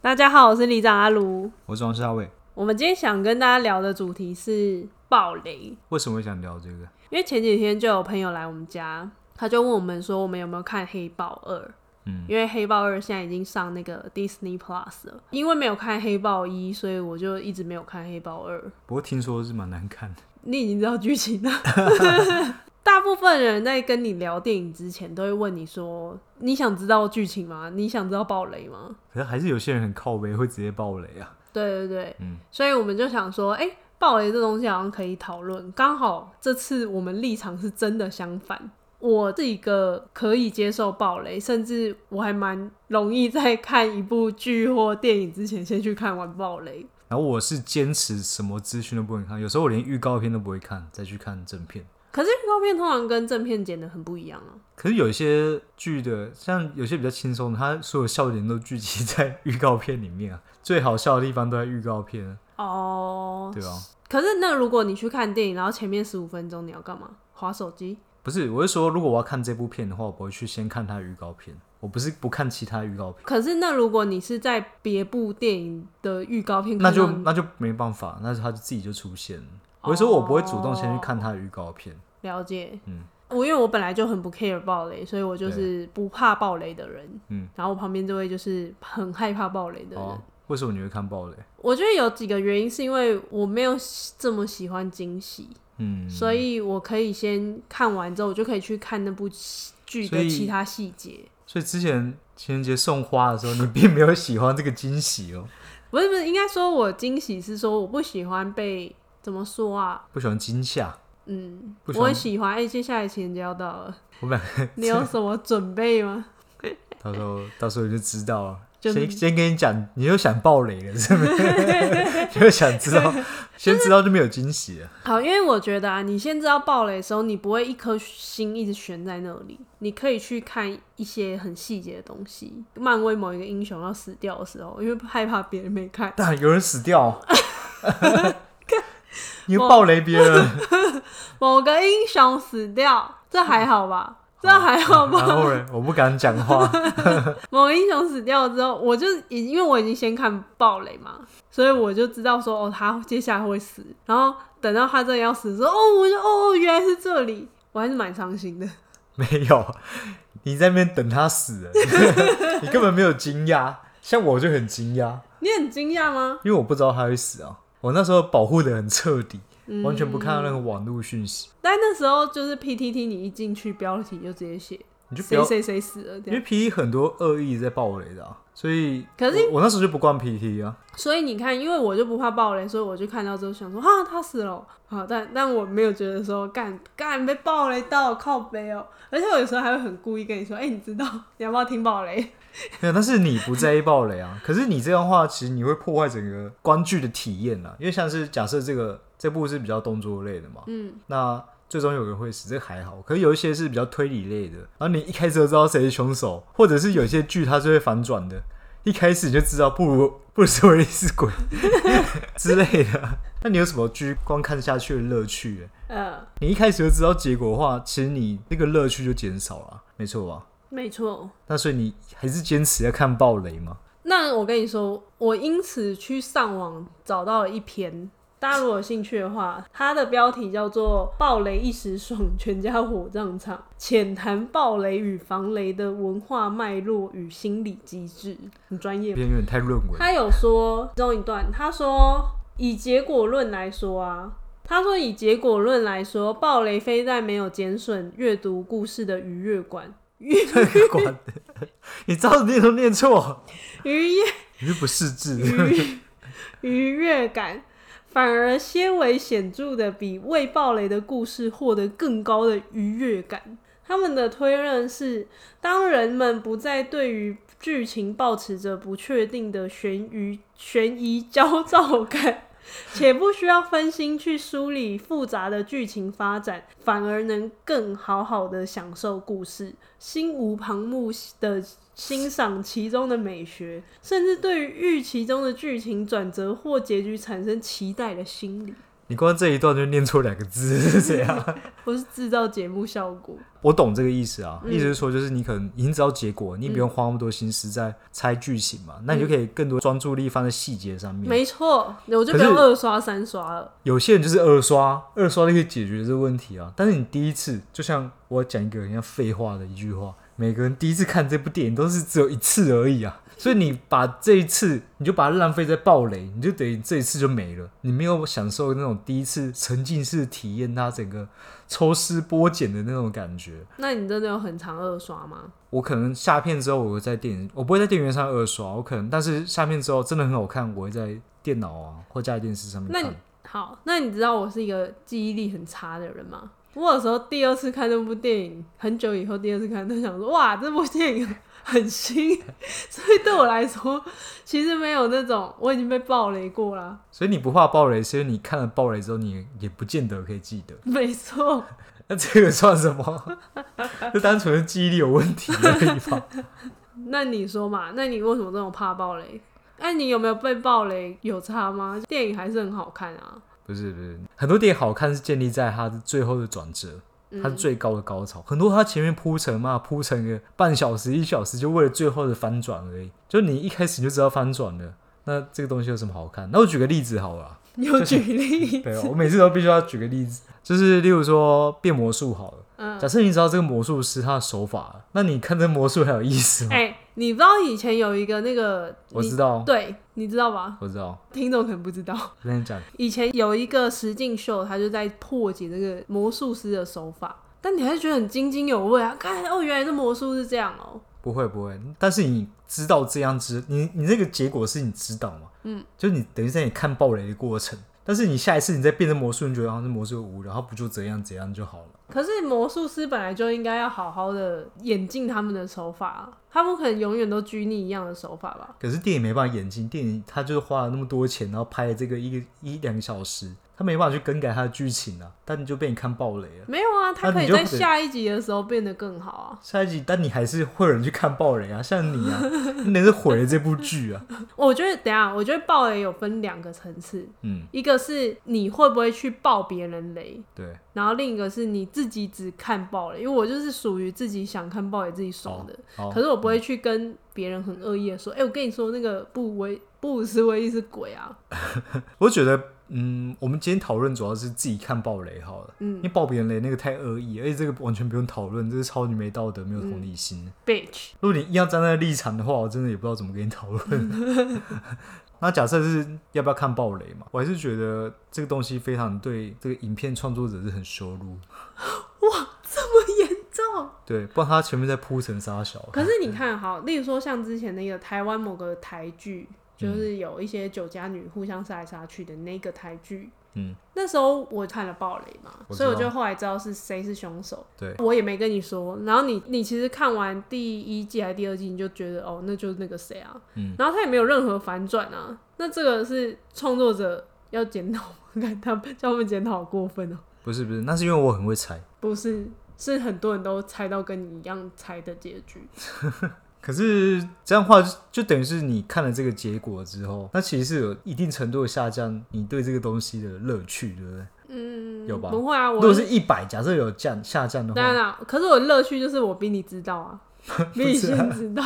大家好，我是里长阿卢。我是王世大卫。我们今天想跟大家聊的主题是暴雷。为什么会想聊这个？因为前几天就有朋友来我们家，他就问我们说我们有没有看《黑豹二》。嗯因为《黑豹二》现在已经上那个 Disney Plus 了，因为没有看《黑豹一》，所以我就一直没有看《黑豹二》。不过听说是蛮难看的。你已经知道剧情了。大部分人在跟你聊电影之前，都会问你说：“你想知道剧情吗？你想知道暴雷吗可是还是有些人很靠背，会直接爆雷啊。？”对对对，嗯所以我们就想说，哎、暴雷这东西好像可以讨论。刚好这次我们立场是真的相反。我是一个可以接受暴雷，甚至我还蛮容易在看一部剧或电影之前先去看完暴雷。然后我是坚持什么资讯都不能看，有时候我连预告片都不会看，再去看正片。可是预告片通常跟正片剪的很不一样啊。可是有一些剧的，像有些比较轻松的，它所有笑点都聚集在预告片里面啊。最好笑的地方都在预告片啊，哦、对吧？可是那如果你去看电影，然后前面十五分钟你要干嘛？划手机？不是，我是说，如果我要看这部片的话，我不会去先看它的预告片，我不是不看其他预告片，可是那如果你是在别部电影的预告片那看就到你，那就没办法，那它就自己就出现了。我是说，我不会主动先哦去看它的预告片。了解。嗯，我因为我本来就很不 care 暴雷，所以我就是不怕暴雷的人。嗯，然后我旁边这位就是很害怕暴雷的人。哦，为什么你会看暴雷？我觉得有几个原因，是因为我没有这么喜欢惊喜，嗯，所以我可以先看完之后，我就可以去看那部戏剧所的以其他细节。所以之前情人节送花的时候，你并没有喜欢这个惊喜哦，不是不是，应该说我惊喜是说我不喜欢被怎么说啊？不喜欢惊吓。嗯，不喜我欢很喜欢。哎、接下来情人节要 到了，我们你有什么准备吗？到时候到时候你就知道了。就先先跟你讲，你又想暴雷了，是不是？ 你又想知道， 先知道就没有惊喜了。好，因为我觉得啊，你先知道暴雷的时候，你不会一颗心一直悬在那里，你可以去看一些很细节的东西。漫威某一个英雄要死掉的时候，因为害怕别人没看，但有人死 掉， 你又暴雷别人， 某个英雄死掉，这还好吧？这还好吧？然后呢，我不敢讲话。 某英雄死掉之后，我就已因为我已经先看暴雷嘛，所以我就知道说哦，他接下来会死。然后等到他真的要死的时候，哦，我就哦，原来是这里，我还是蛮伤心的。 没有，你在那边等他死了， 你根本没有惊讶。像我就很惊讶，你很惊讶吗？因为我不知道他会死啊。我那时候保护的很彻底，嗯完全不看到那个网络讯息，但那时候就是 PTT，你一进去标题就直接写你就不谁要，谁谁死了因这为样。 P E 很多恶意在暴雷的啊，所以可是我我那时候就不逛 P T 啊，所以你看，因为我就不怕暴雷，所以我就看到之后想说啊，他死了哦，好，但但我没有觉得说干干被暴雷到靠背哦，而且我有时候还会很故意跟你说，哎、你知道你要不要听暴雷？ 没有，但是你不在意暴雷啊，可 是你这样的话，其实你会破坏整个观剧的体验啊，因为像是假设这个这部是比较动作类的嘛，嗯，那最终有人会死，这个还好。可是有一些是比较推理类的，然后你一开始就知道谁是凶手，或者是有些剧它是会反转的，一开始你就知道布 鲁布鲁斯威利是鬼 之类的。那你有什么剧光看下去的乐趣欸？呃，你一开始就知道结果的话，其实你那个乐趣就减少了，啊没错吧？没错。那所以你还是坚持要看暴雷吗？那我跟你说，我因此去上网找到了一篇，大家如果有兴趣的话，它的标题叫做《暴雷一时爽，全家火葬场》，浅谈暴雷与防雷的文化脉络与心理机制，很专业这。边有点太论文了。他有说其中一段，他说以结果论来说啊，他说以结果论来说，暴雷非但没有减损阅读故事的愉悦感， 管，你照着念都念错，愉悦你是不识字。愉愉悦感，反而些微显著的比未暴雷的故事获得更高的愉悦感。他们的推论是，当人们不再对于剧情抱持着不确定的悬疑悬疑焦躁感，且不需要分心去梳理复杂的剧情发展，反而能更好好的享受故事，心无旁骛的欣赏其中的美学，甚至对于预期中的剧情转折或结局产生期待的心理。 你光这一段就念错两个字是这样。 不是制造节目效果，我懂这个意思啊，意思是说就是你可能已经知道结果，你不用花那么多心思在猜剧情嘛，那你就可以更多专注力放在细节上面。没错，我嗯可就不是用二刷三刷了。有些人就是二刷，二刷就可以解决这个问题啊。但是你第一次，就像我讲一个很像废话的一句话，每个人第一次看这部电影都是只有一次而已啊。所以你把这一次，你就把它浪费在暴雷，你就等于这一次就没了，你没有享受那种第一次沉浸式体验它整个抽丝剥茧的那种感觉。那你真的有很常二刷吗？我可能下片之后，我会在电影，我不会在电影院上二刷，我可能，但是下片之后真的很好看，我会在电脑啊或家里电视上面那看。你好，那你知道我是一个记忆力很差的人吗？我有时候第二次看这部电影，很久以后第二次看，都想说哇，这部电影很新， 所以对我来说，其实没有那种我已经被暴雷过啦。 所以你不怕暴雷，是因为你看了暴雷之后，你也不见得可以记得。没错，那这个算什么？ 这单纯是记忆力有问题而已吧。 那你说嘛？那你为什么这么怕暴雷？那、你有没有被暴雷有差吗？电影还是很好看啊。 不是不是，很多电影好看是建立在它的最后的转折，它是最高的高潮。很多它前面铺陈嘛，铺陈个半小时一小时，就为了最后的翻转而已。就你一开始就知道翻转了，那这个东西有什么好看？那我举个例子好了啊。有举 例，对，我每次都必须要举个例子，就是例如说变魔术好了。嗯假设你知道这个魔术师他的手法，那你看这魔术还有意思吗？哎、你不知道以前有一个那个， 我你知道，对，你知道吧？我知道，听众可能不知道，我跟你讲，以前有一个实境秀，他就在破解这个魔术师的手法，但你还是觉得很津津有味啊！看哦，原来这魔术是这样哦、不会不会，但是你知道这样知，你你这个结果是你知道吗？嗯，就你等于在你看暴雷的过程，但是你下一次你再变成魔术，你觉得好像是魔术无聊，它不就怎样怎样就好了。可是魔术师本来就应该要好好的演进他们的手法啊，他们可能永远都拘泥一样的手法吧？可是电影没办法演进，电影它就是花了那么多钱，然后拍了这个一个一两个小时，它没办法去更改它的剧情啊，但你就被你看暴雷了。没有啊，他那可以你就在不得下一集的时候变得更好啊。下一集，但你还是会有人去看暴雷啊， 像你啊，你等于是毁了这部剧啊。 我觉得，等一下，我觉得爆雷有分两个层次，嗯，一个是你会不会去爆别人雷，对，然后另一个是你自己只看爆雷，因为我就是属于自己想看爆雷自己爽的，好可，是我不会去跟别人很恶意的说，嗯哎、我跟你说那个布维布鲁斯威利是鬼啊，我觉得，嗯，我们今天讨论主要是自己看暴雷好了，嗯因为爆别人雷那个太恶意，而且这个完全不用讨论，这是超级没道德，没有同理嗯心。 ，bitch，如果你硬要站在立场的话，我真的也不知道怎么跟你讨论。 那假设是要不要看暴雷嘛？我还是觉得这个东西非常对这个影片创作者是很羞辱， 这么严重？对，不然他前面在铺陈杀小。可是你看，好，例如说像之前那个台湾某个台剧，就是有一些酒家女互相杀来杀去的那个台剧，嗯，那时候我看了暴雷嘛，我知所道以我就后来知道是谁是凶手，对，我也没跟你说。然后你你其实看完第一季还是第二季，你就觉得哦，那就是那个谁啊，嗯然后他也没有任何反转啊。那这个是创作者要检讨， 我看他们叫他们检讨好过分哦、不是不是，那是因为我很会猜。不是，是很多人都猜到跟你一样猜的结局，可是这样的话，就等于是你看了这个结果之后，那其实是有一定程度的下降你对这个东西的乐趣，对不对？嗯，有吧不会啊，如我果是一百，假设有降下降的当然话，啦，可是我的乐趣就是我比你知道 啊，比你先知道，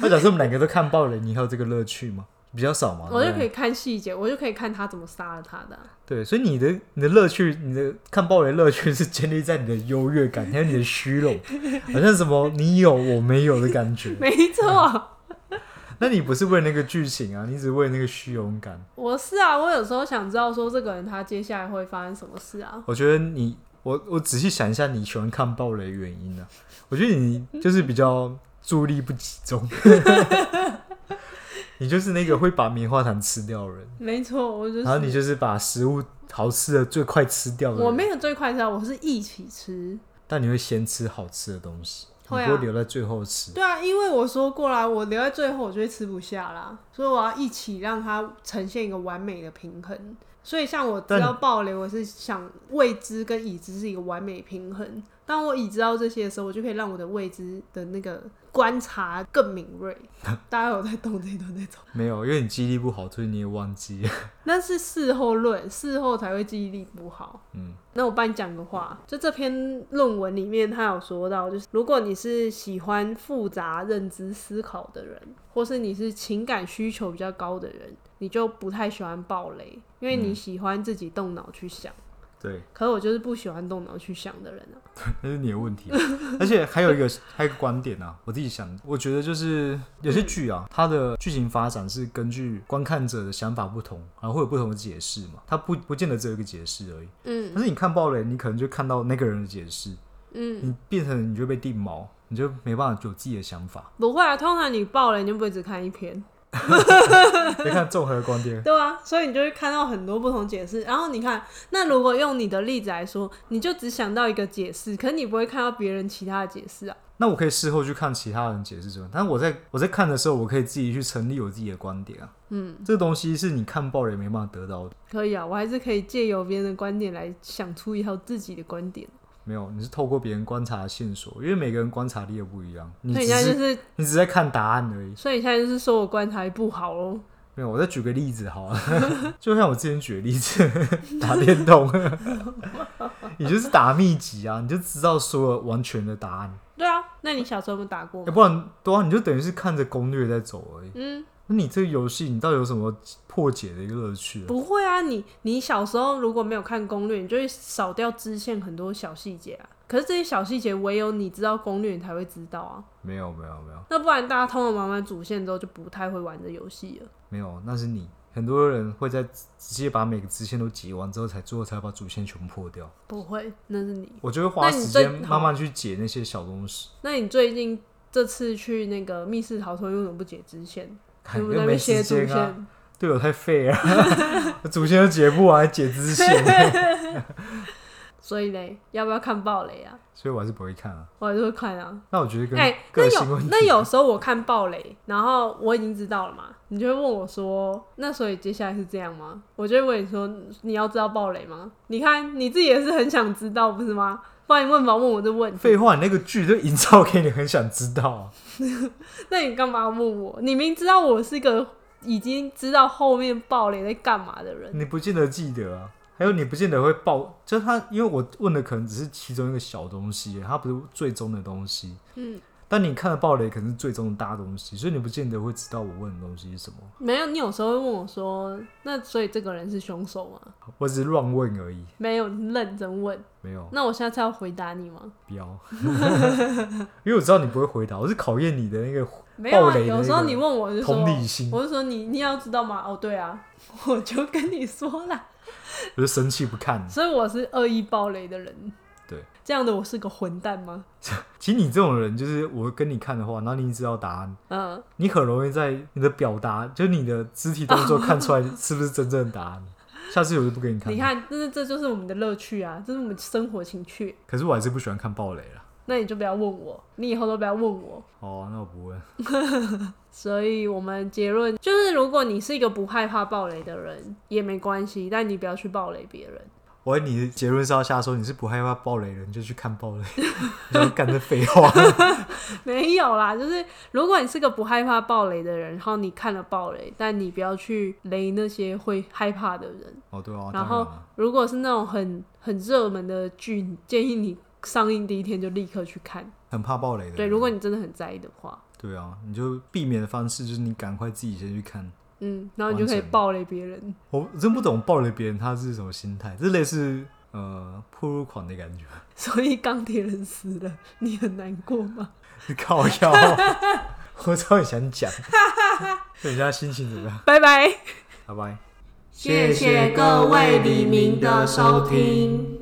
那假设我们两个都看爆了，你还有这个乐趣吗？比较少嘛， 我对就不可对？以看细节，我就可以看他怎么杀了他的啊、对，所以你的你的乐趣，你的看爆雷的乐趣是建立在你的优越感，还有你的虚 荣，好像什么你有我没有的感觉。没错， 那你不是为那个剧情啊，你只是为那个虚荣感。我是啊，我有时候想知道说这个人他接下来会发生什么事啊。我觉得你，我我仔细想一下，你喜欢看暴雷的原因呢、啊我觉得你就是比较注意力不集中， 你就是那个会把棉花糖吃掉的人，没错，我就是，然后你就是把食物好吃的最快吃掉的人。我没有最快吃啊，我是一起吃。但你会先吃好吃的东西，会啊你不会留在最后吃。对啊，因为我说过啦，我留在最后我就会吃不下啦，所以我要一起让它呈现一个完美的平衡。所以像我知但道暴雷，我是想未知跟已知是一个完美平衡。当我已知道这些的时候，我就可以让我的未知的那个观察更敏 锐。大家有在动这一段在走，没有，因为你记忆力不好，所以你也忘记了。 那是事后论，事后才会记忆力不好。嗯，那我帮你讲个话，就这篇论文里面，他有说到，就是如果你是喜欢复杂认知思考的人，或是你是情感需求比较高的人，你就不太喜欢暴雷，因为你喜欢自己动脑去想。对，可是我就是不喜欢动脑去想的人啊。那是你的问题啊。而且还有一个，还有一个观点啊，我自己想，我觉得就是有些剧啊，它的剧情发展是根据观看者的想法不同，然后会有不同的解释嘛。它不不见得只有一个解释而已。嗯但是你看爆雷，你可能就看到那个人的解释，嗯，你变成你就被定锚，你就没办法有自己的想法。不会啊，通常你暴雷你就不会只看一篇，你看综合观点，对啊，所以你就会看到很多不同解释。然后你看，那如果用你的例子来说，你就只想到一个解释，可是你不会看到别人其他的解释啊。那我可以事后去看其他人解释这个，但是我在我在看的时候，我可以自己去成立我自己的观点啊。嗯，这个东西是你看爆雷没办法得到的，可以啊，我还是可以借由别人的观点来想出一套自己的观点。没有，你是透过别人观察的线索，因为每个人观察力也不一样，你所以啊只你现在就是是，你只在看答案而已。所以你现在就是说我观察力不好哦喽。没有，我再举个例子好了， 就像我之前举的例子，打电动， 你就是打秘籍啊，你就知道所有完全的答案，对啊，那你小时候有没有打过要吗？不然对啊，你就等于是看着攻略在走而已。嗯，那你这个游戏，你到底有什么破解的一个乐趣啊、不会啊，你你小时候如果没有看攻略，你就会少掉支线很多小细节啊。可是这些小细节唯有你知道攻略，你才会知道啊。没有，没有，没有，那不然大家通常玩完主线之后就不太会玩这游戏了。没有，那是你。很多人会在直接把每个支线都解完之后，才最后才把主线全部破掉。不会，那是你。我就会花那你时最间慢慢去解那些小东西，那你最近这次去那个密室逃脱，为什么不解支线？看你哎又没们在那边时写主间啊，线？队友太废了， 主线都解不完，解支线， 所以嘞，要不要看暴雷啊？所以我还是不会看啊。我还是会看啊。那我觉得跟哎、那个性有问题，那有时候我看暴雷，然后我已经知道了嘛，你就会问我说，那所以接下来是这样吗？我就会问你说，你要知道暴雷吗？你看你自己也是很想知道，不是吗？不然你问吧，问我这问题，废话，你那个剧都营造给你很想知道啊。那你干嘛要问我？你明知道我是个已经知道后面暴雷在干嘛的人，你不见得记得啊，还有你不见得会报，就是他，因为我问的可能只是其中一个小东西，它不是最终的东西。嗯，但你看的暴雷可能是最终的大东西，所以你不见得会知道我问的东西是什么，没有，你有时候会问我说，那所以这个人是凶手吗？我只是乱问而已。没有，你认真问。没有，那我下次要回答你吗？不要， 因为我知道你不会回答，我是考验你的那个没有暴啊，雷的有时候那个你问我就说同理心我就说你你要知道吗？哦，对啊， 我就跟你说啦，我就生气不看。所以我是恶意暴雷的人。对，这样的我是个混蛋吗？其实你这种人，就是我跟你看的话，然后你知道答案，嗯，你很容易在你的表达，就是你的肢体动作看出来是不是真正的答案。 下次我就不给你看。你，看，这是这就是我们的乐趣啊，这是我们生活情趣。可是我还是不喜欢看暴雷了。那你就不要问我，你以后都不要问我。哦，那我不问。所以我们结论就是，如果你是一个不害怕暴雷的人，也没关系，但你不要去暴雷别人。我以为你的结论是要下说你是不害怕暴雷的人，你就去看暴雷， 你就干这废 话。没有啦，就是如果你是个不害怕暴雷的人，然后你看了暴雷，但你不要去雷那些会害怕的人。哦，对啊，然当后啊如果是那种很很热门的剧，你建议你上映第一天就立刻去看。很怕暴雷的人。对，如果你真的很在意的话，对啊，你就避免的方式就是你赶快自己先去看。嗯，然后你就可以完整暴雷别人。 我真不懂暴雷别人他是什么心态，这类似呃破入狂的感觉，所以钢铁人死了，你很难过吗？靠腰。 我知道你想讲， 人家心情怎么样？拜拜。拜拜。谢谢各位黎明的收听。